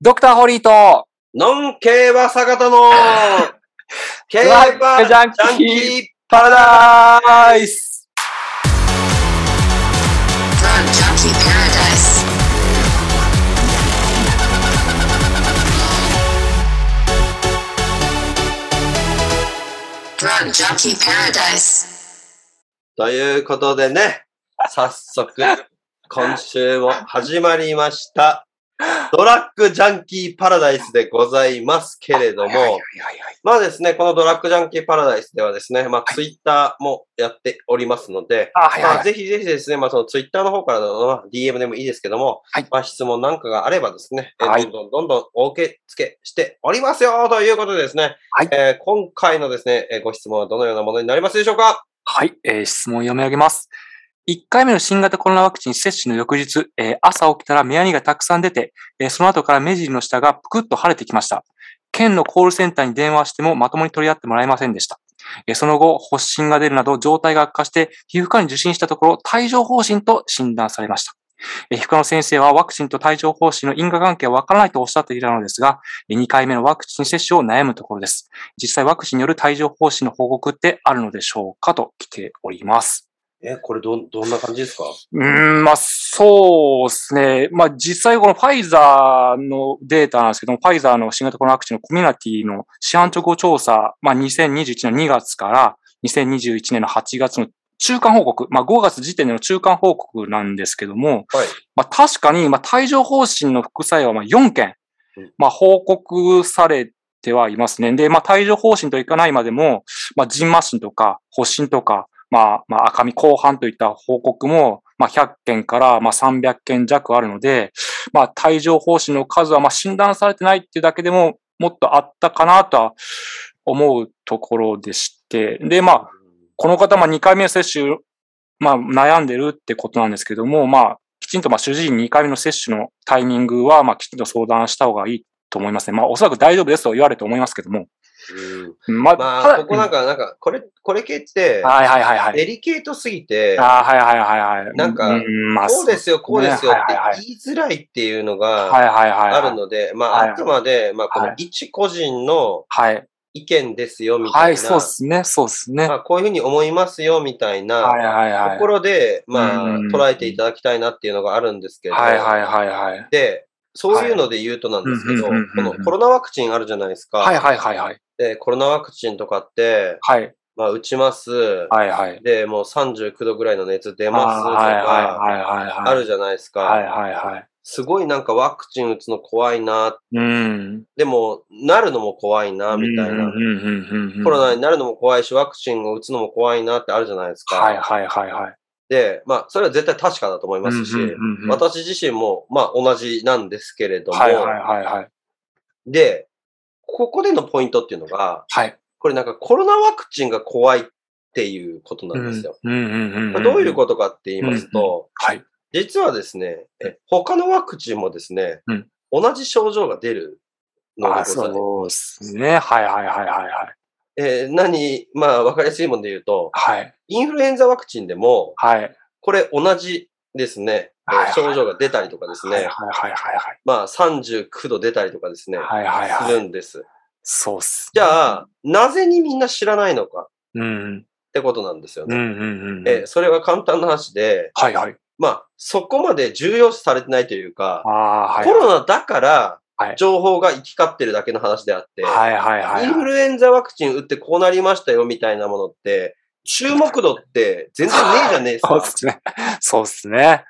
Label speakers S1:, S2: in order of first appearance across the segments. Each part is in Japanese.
S1: ドクターホリーと、
S2: ノン競馬坂田の、 競
S1: ドラッ
S2: 馬
S1: グ
S2: ジ
S1: ジャ
S2: ャ
S1: ン
S2: ン
S1: キー
S2: キー
S1: パラダイス
S3: Drug Junkie Paradise. Drug Junkie Paradise.
S2: ということでね、早速、今週も始まりました。ドラッグジャンキーパラダイスでございますけれども、まあですね、このドラッグジャンキーパラダイスではですね、まあツイッターもやっておりますので、
S1: あ、はいはい
S2: まあ、ぜひぜひですね、まあ、そのツイッターの方からのまあ DM でもいいですけども、
S1: はい
S2: まあ、質問なんかがあればですね、えー
S1: はい
S2: どんどんどんどんお受け付けしておりますよということでですね、
S1: はい
S2: えー今回のですね、えーご質問はどのようなものになりますでしょうか
S1: はい、えー質問を読み上げます。1回目の新型コロナワクチン接種の翌日、えー朝起きたら目やにがたくさん出て、えーその後から目尻の下がぷくっと腫れてきました。県のコールセンターに電話してもまともに取り合ってもらえませんでした。えーその後、発疹が出るなど状態が悪化して、皮膚科に受診したところ、帯状疱疹と診断されました。えー皮膚科の先生はワクチンと帯状疱疹の因果関係はわからないとおっしゃっていたのですが、2回目のワクチン接種を悩むところです。実際ワクチンによる帯状疱疹の報告ってあるのでしょうかと来ております。
S2: え、これどん、どんな感じですか
S1: うーん、まあ、そうですね。まあ、実際このファイザーのデータなんですけども、ファイザーの新型コロナワクチンのコミュナティの市販直後調査、まあ、2021年の2月から2021年の8月の中間報告、まあ、5月時点での中間報告なんですけども、
S2: はい。
S1: まあ、確かに、まあ、帯状疱疹の副作用はまあ4件
S2: うん、
S1: まあ、報告されてはいますね。で、まあ、帯状疱疹といかないまでも、まあ、ジンマシンとか、発疹とか、まあ、まあ、赤み後半といった報告も、まあ、100件から、まあ、300件弱あるので、まあ、帯状疱疹の数は、まあ、診断されてないっていうだけでも、もっとあったかなとは思うところでして、で、まあ、この方、まあ、2回目の接種、まあ、悩んでるってことなんですけども、まあ、きちんと、まあ、主治医に2回目の接種のタイミングは、まあ、きちんと相談した方がいいと思いますね。まあ、おそらく大丈夫ですと言われると思いますけども。
S2: うん
S1: まあ、
S2: ま
S1: た
S2: あ、
S1: だ
S2: ここなんか、なんか、これ、これ系って
S1: うん、はいはいはいはい。
S2: デリケートすぎて、
S1: あーはいはいはいはい。
S2: なんか
S1: うんまあ
S2: こうですよ、こうですよ
S1: はいはいは
S2: っ
S1: い
S2: て言いづらいっていうの
S1: は
S2: が
S1: いはいはいはい。
S2: あるので、ま
S1: はい
S2: あ、あくまで、まあ、こ
S1: は
S2: の
S1: い
S2: 一個人の
S1: はい。
S2: 意見ですよ、みたいな。
S1: はい、そうですね、そうですね。
S2: ま
S1: は
S2: あ、こういうふうに思いますよ、みたい
S1: い
S2: な
S1: はい
S2: と
S1: はい。
S2: ころで、まあ、
S1: うん
S2: 捉えていただきたいなっていうのがあるんですけれど、
S1: はいはいはいはい。
S2: で、そういうので言うとなんですけど、
S1: は
S2: こ
S1: いうんうんうんうん
S2: のコロナワクチンあるじゃないですか。
S1: はいはいはいはい。
S2: で、コロナワクチンとかって、
S1: はい
S2: まあ、打ちます。
S1: はいはい。
S2: で、もう39度ぐらいの熱出
S1: あー
S2: ますと
S1: はいはい
S2: か、
S1: はいはいはい。
S2: あるじゃないです
S1: はい
S2: か。
S1: はいはい。
S2: すごいなんかワクチン打つの怖いな、
S1: うん。
S2: でも、なるのも怖いな、みたいな
S1: うん。うんうんうんうん
S2: コロナになるのも怖いし、ワクチンを打つのも怖いなってあるじゃないですか。
S1: はいはいはいはい。
S2: で、まあ、それは絶対確かだと思いますし、
S1: うんうんうんうん
S2: 私自身も、まあ、同じなんですけれども、
S1: はいはいはいはい。
S2: で、ここでのポイントっていうのが、
S1: はい。
S2: これなんかコロナワクチンが怖いっていうことなんですよ。
S1: うんうんうん
S2: こ
S1: ん。
S2: れどういうことかって言いますと、
S1: はい。
S2: 実はですね、え他のワクチンもですね、
S1: うん
S2: 同じ症状が出るので
S1: あ、
S2: ございます。
S1: そうですね。はいはいはいはいはい。
S2: えー何、まあ、わかりやすいもんで言うと、
S1: はい。
S2: インフルエンザワクチンでも、
S1: はい。
S2: これ同じですね、えー
S1: はいはい
S2: 症状が出たりとかです
S1: はいはい
S2: ね、
S1: はいはい
S2: まあ、39度出たりとかですね、
S1: はい。はいはい
S2: す
S1: は
S2: る
S1: い。
S2: んです。
S1: そうっす。
S2: じゃあ、なぜにみんな知らないのかっ
S1: うん。
S2: てことなんですよ
S1: うんう
S2: ね。
S1: んうんうん。
S2: えーそれは簡単な話で、
S1: はいはい。
S2: まあ、そこまで重要視されてないというか
S1: あ、あ、はい。
S2: コロナだから
S1: はい
S2: 情報が行き交ってるだけの話であって、
S1: はいはいはい
S2: インフ
S1: はい。
S2: ルエンザワクチン打ってこうなりましたよみたいなものって、注目度って全然ねえじゃねえです
S1: そうっ
S2: か。
S1: すね。そうっすね。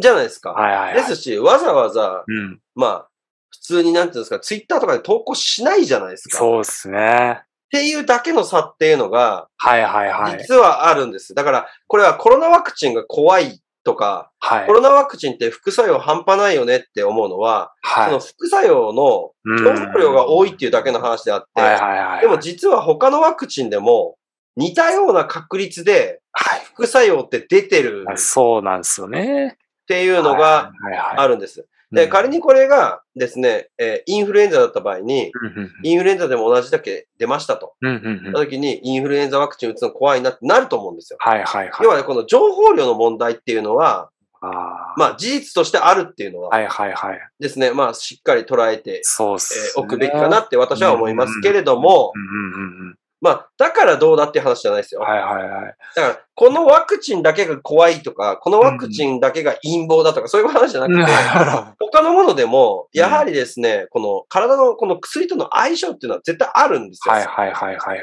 S2: じゃないですか。
S1: はいはい
S2: で
S1: はい。
S2: すし、わざわざ、
S1: うん。
S2: まあ、普通になんていうんですか、ツイッターとかで投稿しないじゃないですか。っ
S1: そうっすね。は
S2: ていうだけの差っていうのが、
S1: いはいはい。
S2: 実はあるんです。だから、これはコロナワクチンが怖いとか、
S1: はい
S2: コ。ロナワクチンって副作用半端ないよねって思うのは、
S1: は
S2: そ
S1: い
S2: の。副作用の
S1: うん
S2: 投稿量が多いっていうだけの話であって、
S1: はいはいはい。
S2: でも、実は他のワクチンでも似たような確率で
S1: はい。
S2: 副作用って出てるっ
S1: そうなんですよね。
S2: ていうの
S1: は
S2: が
S1: いはいは
S2: あ
S1: い。
S2: るんです。で、仮にこれがですね、えーインフルエンザだった場合に、
S1: うんうんうん、
S2: インフルエンザでも同じだけ出ましたと。
S1: うんうんうん
S2: その時にインフルエンザワクチン打つの怖いなってなると思うんですよ。
S1: はいはいはい。
S2: 要はね、この情報量の問題っていうのは、
S1: ああ
S2: まあ事実としてあるっていうのは
S1: はいはいはい。
S2: ですね、まあしっかり捉えて
S1: そうっす
S2: えー
S1: ね
S2: おくべきかな。って私は思いますけれども
S1: う、んうんうんうん。
S2: まあだからどうだって話じゃないですよ。
S1: はいはいはい。
S2: だからこのワクチンだけが怖いとか、このワクチンだけが陰謀だとか、そういう話じゃなくて、 他のものでも、やはりですね、この体のこの薬との相性っていうのは絶対あるんですよ。
S1: はいはいはいはいはいはい。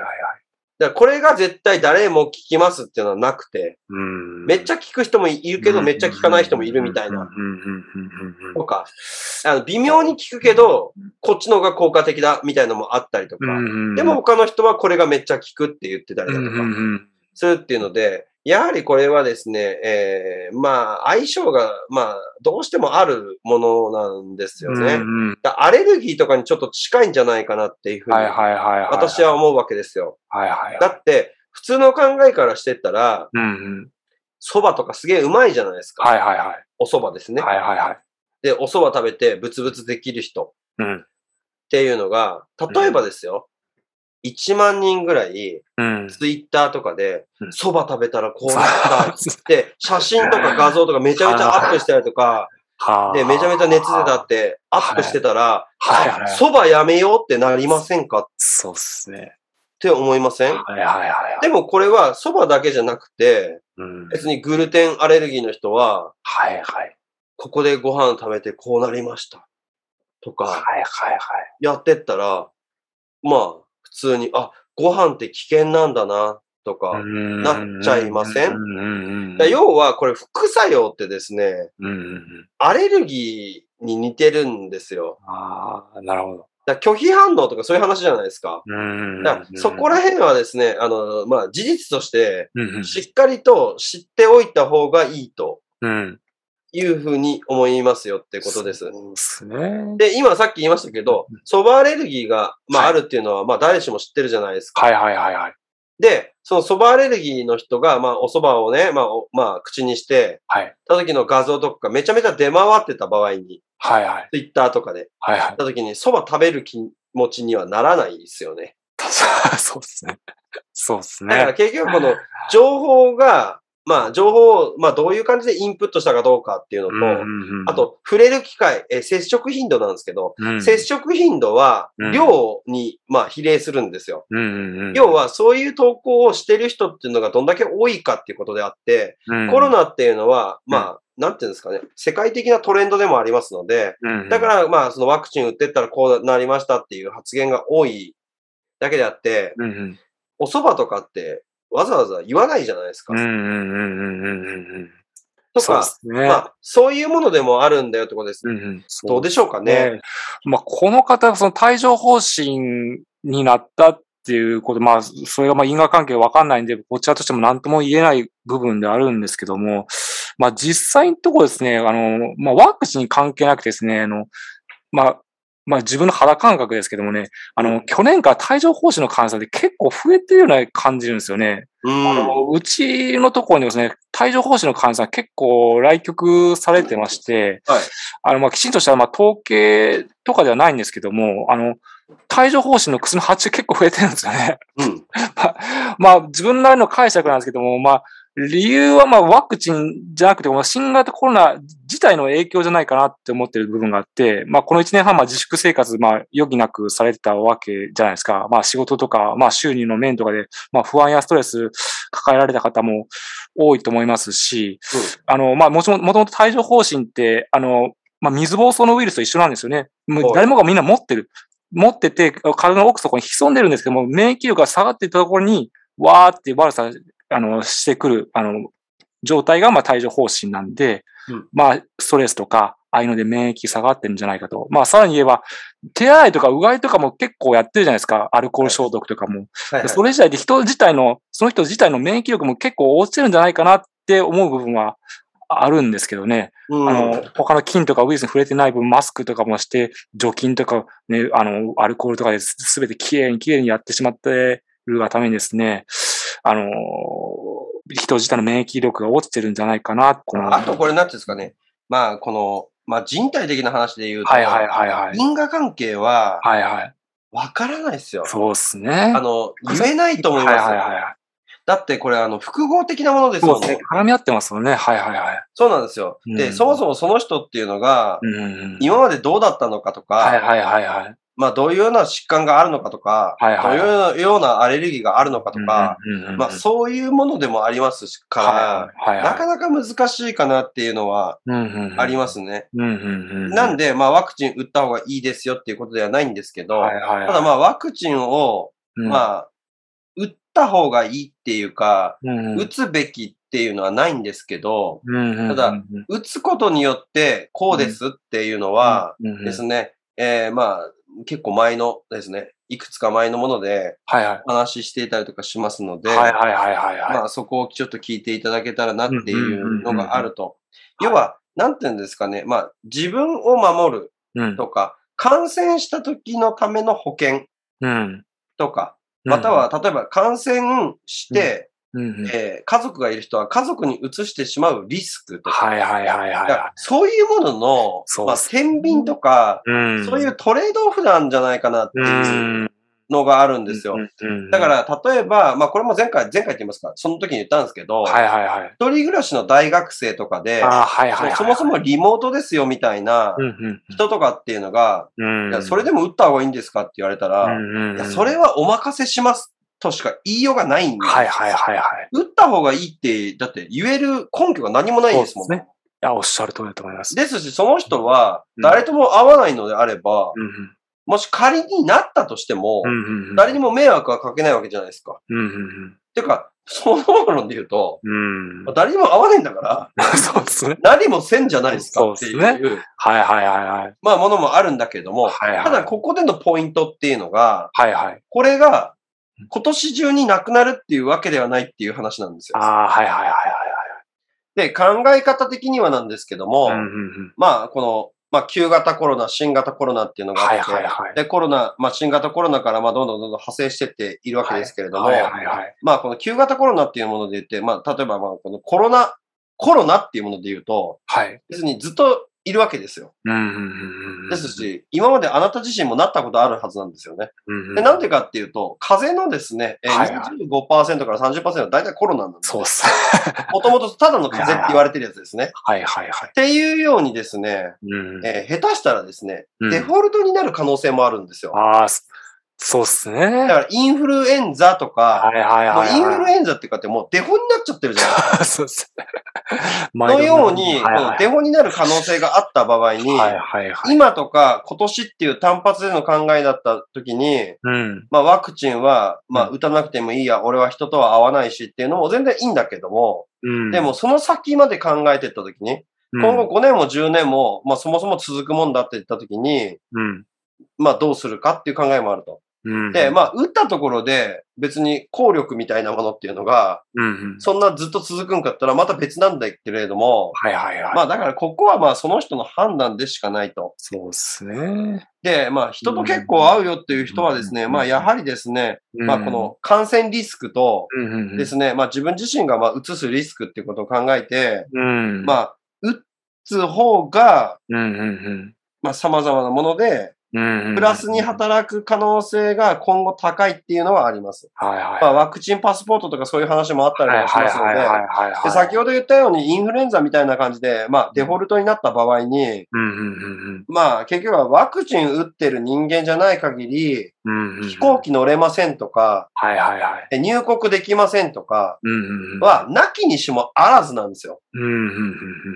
S2: だからこれが絶対誰も効きますっていうのはなくて、
S1: うん。
S2: めっち
S1: ゃ
S2: ゃ効く人もいるけど、めっちゃ効かない人もいるみたいな。
S1: うんうんうんうんうん
S2: とか、あの微妙に効くけど、こっちの方が効果的だみたいなのもあったりとか、
S1: うん。
S2: でも、他の人はこれがめっちゃ効くって言ってたり
S1: う
S2: だ
S1: んうん
S2: とか、
S1: うん。
S2: するっていうので、やはりこれはですね、えーまあ、相性が、まあ、どうしてもあるものなんですよね。
S1: うんうん
S2: だアレルギーとかにちょっと近いんじゃないかなっていうふうに
S1: はい、はいはいはい。
S2: 私は、思うわけですよ。
S1: はいはいはい。
S2: だって、普通の考えからしてったら、
S1: うんうん。
S2: 蕎麦とかすげえうまいじゃないですか。
S1: はいはいはい。
S2: お蕎麦ですね。
S1: はいはいはい。
S2: で、お蕎麦食べてブツブツできる人っ
S1: うん。
S2: ていうのが、例えばですよ、1万人ぐらい、
S1: うん。
S2: ツイッターとかで
S1: うん、
S2: 蕎麦食べたらこうなった って、写真とか画像とかめちゃめちゃアップしたりとか、
S1: はあ
S2: で、めちゃめちゃ熱出たってアップしてたら、
S1: はいはいはい
S2: 蕎麦やめようってなりませんかっ
S1: そうっすね。
S2: て思いません
S1: はいはいはいはい。
S2: でもこれは蕎麦だけじゃなくて、
S1: うん
S2: 別にグルテンアレルギーの人は、
S1: はいはい。
S2: ここでご飯食べてこうなりました。と
S1: はいは
S2: か、
S1: いはい。
S2: やってったら、まあ、普通に、あ、ご飯って危険なんだな、とか。
S1: な
S2: っちゃいません
S1: ん
S2: だから要は、これ副作用ってですね、
S1: うんうんうん
S2: アレルギーに似てるんですよ。
S1: ああ、なるほど。
S2: だから拒否反応とかそういう話じゃないですか。
S1: うん
S2: だからそこら辺はですね、あの、まあ、事実として、
S1: うんうん
S2: しっかりと知っておいた方がいいと
S1: うん。
S2: いうふうに思いますよってことです。
S1: そうですね。
S2: で、今さっき言いましたけど、蕎麦アレルギーが、まあ、
S1: は
S2: あ
S1: い
S2: るっていうのは、まあ、誰しも知ってるじゃないですか。
S1: はいはいはいはい。
S2: で、その蕎麦アレルギーの人が、まあ、お蕎麦をね、まあ、おまあ、口にして、
S1: はい。
S2: た時の画像とかがめちゃめちゃ出回ってた場合に、
S1: はいはい。
S2: ツイッターとかで、
S1: はいはい
S2: た時に蕎麦食べる気持ちにはならないですよね。
S1: 確か。そうですね。そうです
S2: だから
S1: ね。
S2: 結局この情報が、まあ、情報を、まあ、どういう感じでインプットしたかどうかっていうのと、あ、と、触れる機会、えー接触頻度なんですけど、接触頻度は
S1: うん
S2: 量に、まあ、比例するんですよ。要
S1: 要、
S2: は、そういう投稿をしてる人っていうのがどんだけ多いかっていうことであって、コロ
S1: ナ
S2: ナっていうのは、まあ、なんていうんですかね、世界的なトレンドでもありますので、だか、ら、まあ、そのワクチン打ってったらこうなりましたっていう発言が多いだけであって、
S1: うんうん
S2: お蕎麦とかってわざわざ言わないじゃないですか。
S1: うんうんうんうんうんうんうん。
S2: と
S1: そうで
S2: か、
S1: すね。
S2: まあ、そういうものでもあるんだよってことです。
S1: うんうんそう
S2: どうでしょうかね。
S1: ね。まあ、この方、その帯状疱疹になったっていうこと、まあ、それがまあ因果関係わかんないんで、こちらとしても何とも言えない部分であるんですけども、まあ、実際のところですね、あの、まあ、ワクチンに関係なくてですね、あの、まあ、まあ自分の肌感覚ですけどもね、あの、去年から帯状疱疹の患者さんで結構増えてるような感じるんですよね。
S2: うん。
S1: あのうちのところにもですね、帯状疱疹の患者さん結構来局されてまして、
S2: はい
S1: あの、まあ、きちんとした、まあ、統計とかではないんですけども、あの、帯状疱疹の薬の発注結構増えてるんですよね。
S2: うん。
S1: まあ、自分なりの解釈なんですけども、まあ、理由はまあ、ワクチンじゃなくて、まあ、新型コロナ自体の影響じゃないかなって思ってる部分があって、まあ、この1年半、まあ、自粛生活、まあ、余儀なくされてたわけじゃないですか。まあ、仕事とか、まあ、収入の面とかで、まあ、不安やストレス抱えられた方も多いと思いますし、あの、まあ、もちろん、もともと帯状疱疹って、あの、まあ、水疱瘡のウイルスと一緒なんですよね。も
S2: は
S1: う
S2: い
S1: 誰もがみんな持ってる。持ってて、体の奥底に潜んでるんですけども、免疫力が下がっていたところに、わーって悪さ、あの、してくる、あの、状態が、まあ、帯状疱疹なんで、
S2: うん
S1: まあ、ストレスとか、ああいうので免疫下がってるんじゃないかと。まあ、さらに言えば、手洗いとかうがいとかも結構やってるじゃないですか。アルコール消毒とかも。
S2: はい、はい。
S1: それ自体で人自体の、その人自体の免疫力も結構落ちてるんじゃないかなって思う部分はあるんですけどね。
S2: うん
S1: あの、他の菌とかウイルスに触れてない分、マスクとかもして、除菌とか、ね、あの、アルコールとかです全てきれいにきれいにやってしまってるがためにですね、あの、人自体の免疫力が落ちてるんじゃないかな、この。
S2: あとこれなんていうんですかね。まあ、この、まあ、人体的な話で言うと、
S1: はいはいはいはい。
S2: 因果関係は、
S1: はいはい。
S2: わからないですよ。
S1: そうですね。
S2: あの、言えないと思いますよ。
S1: はいはいはいはい。
S2: だってこれ、あの、複合的なものです
S1: そ
S2: も
S1: うんです
S2: ね
S1: ね。。絡み合ってますもんね。はいはいはい。
S2: そうなんですよ。で、
S1: うん
S2: そもそもその人っていうのが、
S1: うん。
S2: 今までどうだったのかとか、
S1: はいはいはいはい。
S2: まあ、どういうような疾患があるのかとか、
S1: はいはい
S2: どういうようなアレルギーがあるのかとか、
S1: うんうんうんうん、
S2: まあ、そういうものでもありますしから、
S1: はいはいはい、
S2: なかなか難しいかなっていうのはあり
S1: ま
S2: ますね。
S1: す。うんうんうん、
S2: なんで、まあ、ワクチン打った方がいいですよっていうことではないんですけど、
S1: はいはいはい、
S2: ただまあ、ワクチンを、
S1: うん、
S2: まあ、打った方がいいっていうか、
S1: うんうん
S2: 打つべきっていうのはないんですけど、
S1: うんうんうん、
S2: ただ打つことによってこうですっていうのは
S1: うんうん、
S2: ですね、えーまあ、結構前のですね、いくつか前のもので
S1: はいはい。
S2: お話ししていたりとかしますので、
S1: はいはいはいはいはい。
S2: まあ、そこをちょっと聞いていただけたらなっていうのがあると。
S1: うんうん
S2: 要
S1: うんうん
S2: は、なんていうんですかね、まあ、自分を守る
S1: うん
S2: とか、感染した時のための保険
S1: うん、
S2: とか、または、例えば感染して、
S1: うんうん、
S2: えー家族がいる人は家族に移してしまうリスクとか、
S1: はいはいはい
S2: だから
S1: は
S2: そういうものの、
S1: そう
S2: ま
S1: っ
S2: あ、
S1: す
S2: 天秤とか、
S1: い。うん、
S2: そういうトレードオフなんじゃないかなっていう
S1: うん
S2: のがあるんですよ。
S1: うんうん、
S2: だから、例えば、まあ、これも前回、前回って言いますか、その時に言ったんですけど、
S1: はいはいはい。
S2: 一人暮らしの大学生とかで、
S1: あーはいはいはい、
S2: そもそもリモートですよみたいな
S1: うんうん
S2: 人とかっていうのが、
S1: うん、
S2: いやそれで
S1: も、
S2: も打った方がいいんですかって言われた
S1: う
S2: ら、
S1: んうんうん、
S2: いやそれはお任せしますとしか言いようがないんで、
S1: はいはいはいはい。
S2: 打った方がいいって、だって言える根拠が何もないですもん
S1: そうですね。いや、おっしゃる通りだと思います。
S2: ですし、その人は
S1: うん
S2: 誰とも会わないのであれば、
S1: うんうん
S2: もし仮になったとしても、
S1: うんうんうん、
S2: 誰にも迷惑はかけないわけじゃないですか。
S1: うんうん
S2: てか、そのもので言うと、
S1: うん。うん。
S2: 誰にも会わないんだから、
S1: そうですね。
S2: 何もせんじゃないですかっていう、
S1: そうはいはいはいはい。
S2: まあ、ものもあるんだけども、
S1: はいはい、
S2: ただここでのポイントっていうのが、
S1: はいはい。
S2: これが今年中になくなるっていうわけではないっていう話なんです
S1: あ
S2: よ。
S1: あ、はいはいはい
S2: で、考え方的にはなんですけども、
S1: はいはい。うんうんうん
S2: まあ、この、まあ、旧型コロナ、新型コロナっていうのがあっ
S1: は
S2: て、
S1: いはいはい。
S2: で、コロナ、まあ、新型コロナから、まあ、どんどんどんどん派生してっているわけですけれども、
S1: はいはいはい。
S2: まあ、この旧型コロナっていうもので言って、まあ、例えば、まあ、このコロナ、コロナっていうもので言うと、
S1: はい。
S2: 別にずっといるわけですよ。
S1: うんうんうんうん。
S2: ですし、今まであなた自身もなったことあるはずなんですよね。
S1: うんうん、
S2: で、なんでかっていうと、風邪のですね、えー
S1: はいは
S2: 25%から30%は大体コロナなんです。
S1: そうっす。
S2: もともとただの風邪って言われてるやつですね。
S1: はいはいはい
S2: っ。ていうようにですね、
S1: うん
S2: えー下手したらですね、
S1: うん
S2: デフォルトになる可能性もあるんですよ。
S1: ああ、そそうっすね。
S2: だからインフルエンザとか、
S1: はいはい
S2: もう
S1: はい、はい。
S2: インフルエンザっていうかってもうデフォになっちゃってるじゃないですか。
S1: そうっす。
S2: そのように、
S1: はい
S2: こ
S1: は
S2: う
S1: い
S2: デフォになる可能性があった場合に、
S1: はいはいはい。
S2: 今とか今年っていう単発での考えだった時に、
S1: うん。
S2: まあワクチンは、まあ
S1: う
S2: 打たなくてもいいや、俺は人とは会わないしっていうのも全然いいんだけども、
S1: うん、
S2: でも、その先まで考えてった時に、
S1: うん、
S2: 今後5年も10年も、まあそもそも続くもんだって言った時に、
S1: うん、
S2: まあどうするかっていう考えもあると。
S1: うん。
S2: で、まあ打ったところで別に効力みたいなものっていうのが、
S1: うんうん、
S2: そんなずっと続くんかったらまた別なんだけれども、
S1: はいはいはい。
S2: まあだからここはまあその人の判断でしかないと。
S1: そうっすね。
S2: で、まあ人と結構会うよっていう人はですね、
S1: うん
S2: まあやはりですね、まあこの感染リスクと
S1: うん、うんうん、
S2: ですね、まあ自分自身がまあ移すリスクっていうことを考えて、
S1: うん。
S2: ま
S1: あ、
S2: あ打つ方が、
S1: うんうんうん。
S2: まあ、様々なもので、
S1: うんうん
S2: プラスに働く可能性が今後高いっていうのはあります。
S1: はいはい。
S2: まあ、ワクチンパスポートとかそういう話もあったり
S1: はい
S2: もし
S1: はい
S2: ますの
S1: はい
S2: で、
S1: はいはい。
S2: で先ほど言ったようにインフルエンザみたいな感じで、まあ、デフォルトになった場合
S1: うん
S2: に、
S1: うんうん
S2: まあ、結局はワクチン打ってる人間じゃない限り、
S1: うんうんうん。
S2: 飛行機乗れませんとか、
S1: はいはいはい。
S2: え入国できませんとか
S1: うんうんうん。
S2: は、なきにしもあらずなんですよ。
S1: うんうんうんうん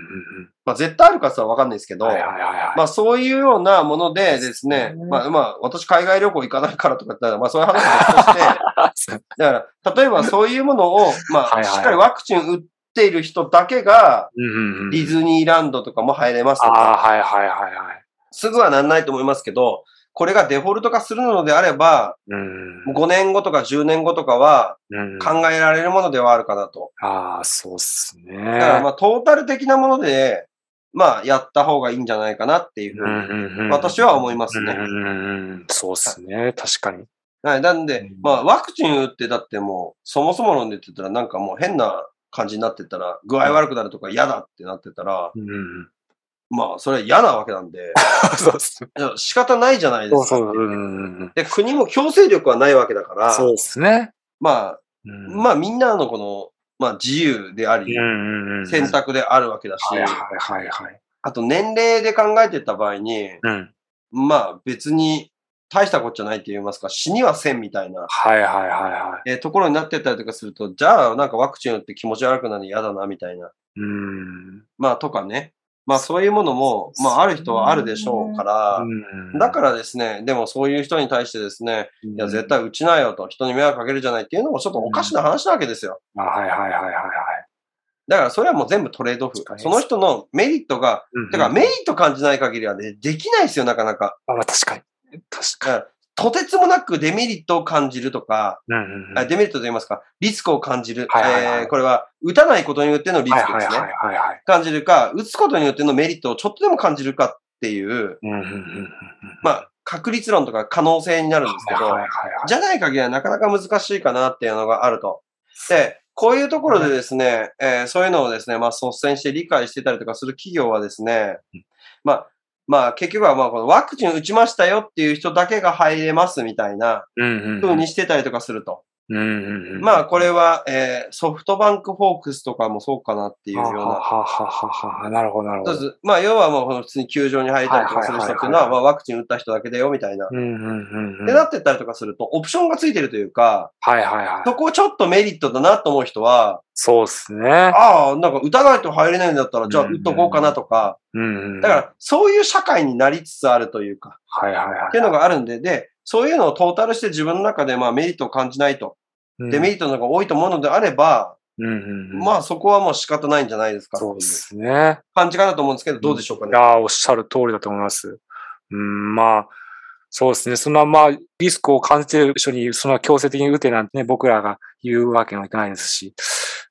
S2: まあ、絶対あるかさはわかんないですけ
S1: うん。
S2: ど、
S1: はいはいはいはい。
S2: まあそういうようなものでです
S1: そうで
S2: ね、
S1: すね
S2: まあまあ私海外旅行行かないからとか言ったら、まあそういう話もし て、だ
S1: あ、そう
S2: から例えばそういうものを、ま
S1: はいは
S2: あ
S1: い
S2: しっかりワクチン打っている人だけが、
S1: うんうんうん。
S2: ディズニーランドとかも入れますと
S1: ああ、
S2: か、
S1: はいはいはいはい。
S2: すぐはなんないと思いますけど、これがデフォルト化するのであれば、
S1: うん。
S2: もう5年後とか10年後とかは
S1: うん、
S2: 考えられるものではあるかなと。
S1: ああ、そうっすね。
S2: だからまあトータル的なもので、まあやった方がいいんじゃないかなっていうふうに。私は思いますね
S1: うんうんうん、そうっすね。確かに。
S2: はい。なんで
S1: うん、
S2: まあ、ワクチン打ってだってもう、そもそも論で言ってたら、なんかもう変な感じになってたら、具合悪くなるとか嫌だってなってたら、
S1: うん うん、
S2: まあ、それは嫌なわけな んで、
S1: そうっすね。
S2: いや仕方ないじゃないで
S1: そう
S2: すか
S1: そう。。うんうんうん
S2: で、国も強制力はないわけだから、
S1: そうっすね。
S2: まあ、
S1: うん
S2: まあみんなのこの、まあ自由であ
S1: うん
S2: り、
S1: うんうん。
S2: 選択であるわけだし、
S1: はいはいはいはい。
S2: あと年齢で考えてった場合に、
S1: うん。
S2: まあ別に大したこっちゃないって言いますか、死にはせんみたいな、
S1: はいはいはいは
S2: えーところになってったりとかすると、じゃあなんかワクチン打って気持ち悪くなるの嫌だなみたいな、
S1: い。うん。、
S2: まあとかね。まあそういうものも、まあある人はあるでしょうから、だかららですね、でもそういう人に対してですね、
S1: い
S2: いや絶。対打ちなよと、人に迷惑かけるじゃないっていうのもちょっとおかしな話なわけですよ。
S1: あはいはいはいはいはい。
S2: だからそれはもう全部トレードオフ
S1: 確か。に
S2: その人のメリットが、
S1: うんうん
S2: だからメリット感じない限りはね、できないですよ、なかなか。
S1: あまあ確かに。確か
S2: だからとてつもなくデメリットを感じるとか、
S1: に。うんうんうん。
S2: あデメリットと言いますか、リスクを感じる。
S1: はいはいはい
S2: えーこれは、打たないことによってのリスク
S1: はい
S2: ですね。
S1: はいはいはいはい。
S2: 感じるか、打つことによってのメリットをちょっとでも感じるかっていう、
S1: うんうんうんうん。
S2: まあ、確率論とか可能性になるんですけ
S1: はい
S2: ど
S1: はい、はい。
S2: じゃない限りはなかなか難しいかなっていうのがあると。で、こういうところでですね、えーそういうのをですね、まあ率先して理解してたりとかする企業はですね
S1: うん、
S2: まあ、まあ結局はまあこのワクチン打ちましたよっていう人だけが入れますみたいな
S1: うんうんうん。
S2: 風にしてたりとかすると。
S1: うんうんうん。
S2: まあこれは、えーソフトバンクフォークスとかもそうかなっていうよう
S1: は
S2: な。
S1: ははははは。なるほどなるほ
S2: そう
S1: ど。
S2: ですまあ要はもうこの普通に球場に入れたりとかする人ってい
S1: は
S2: うの
S1: いはいはいは
S2: は、
S1: い
S2: まあワクチン打った人だけだよみたいな。
S1: うんうんうんうん。
S2: で、なってったりとかすると、オプションがついてるというか、
S1: はいはいはい
S2: そ。こちょっとメリットだなと思う人は、
S1: そうですね。
S2: ああ、なんか打たないと入れないんだったら、じゃあ打っとこうかなとか、
S1: うんうん。
S2: だからそういう社会になりつつあるというか、
S1: ら、はいはいは
S2: っていうのがあるんで、で、そういうのをトータルして自分の中でまあメリットを感じないと、
S1: い。
S2: デメリットの方が多いと思うのであれば、
S1: うんうんうん。
S2: まあそこはもう仕方ないんじゃないですかってい
S1: そう
S2: う
S1: ですね。
S2: 感じかなと思うんですけど、どうでしょうか
S1: い
S2: ね。
S1: やーおっしゃる通りだと思います。うん、まあ、そうですね。そんな、まあ、リスクを感じている人に、そんな強制的に打てなんてね、僕らが言うわけにはいかないですし。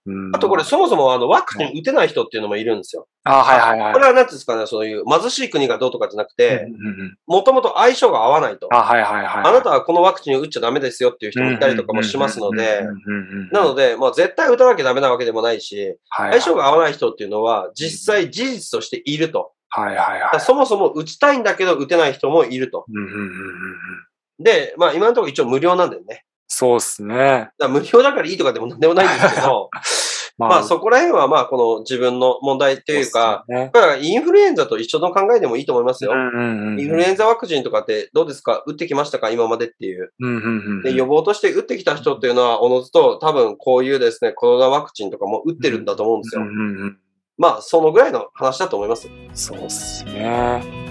S1: うん、
S2: あとこれ、そもそもあのワクチン打てない人っていうのもいるんですよ。
S1: あはいはいはい。
S2: これは何ていうんですかね、そういう貧しい国がどうとかじゃなくて、
S1: うんうんうん
S2: もともと相性が合わないと。
S1: あはいはいはい。
S2: あなたはこのワクチンを打っちゃダメですよっていう人もいたりとかもしますので
S1: うん、うんうんうんうんうん、
S2: なので、まあ絶対打たなきゃダメなわけでもないし、
S1: はいはい
S2: 相性が合わない人っていうのは実際事実としていると。
S1: はいはい
S2: だ
S1: は
S2: から
S1: い。
S2: そもそも打ちたいんだけど打てない人もいると。
S1: うんうんうんうんうん
S2: で、まあ今のところ一応無料なんだよね。
S1: そうですね。
S2: だから無料だからいいとかでもなんでもないんですけど、
S1: ま
S2: まあそこら辺はまあこの自分の問題と
S1: う
S2: いうか、
S1: っすね、
S2: これはインフルエンザと一緒の考えでもいいと思いますよ。インフルエン
S1: ザ
S2: ザワクチンとかってどうですか打ってきましたか今までっていう。で、予
S1: 呼
S2: 防として打ってきた人っていうのは、おのずと多分こういうですね、コロナワクチンとかも打ってるんだと思うんですよ。まあ、そのぐらいの話だと思います。
S1: そうですね。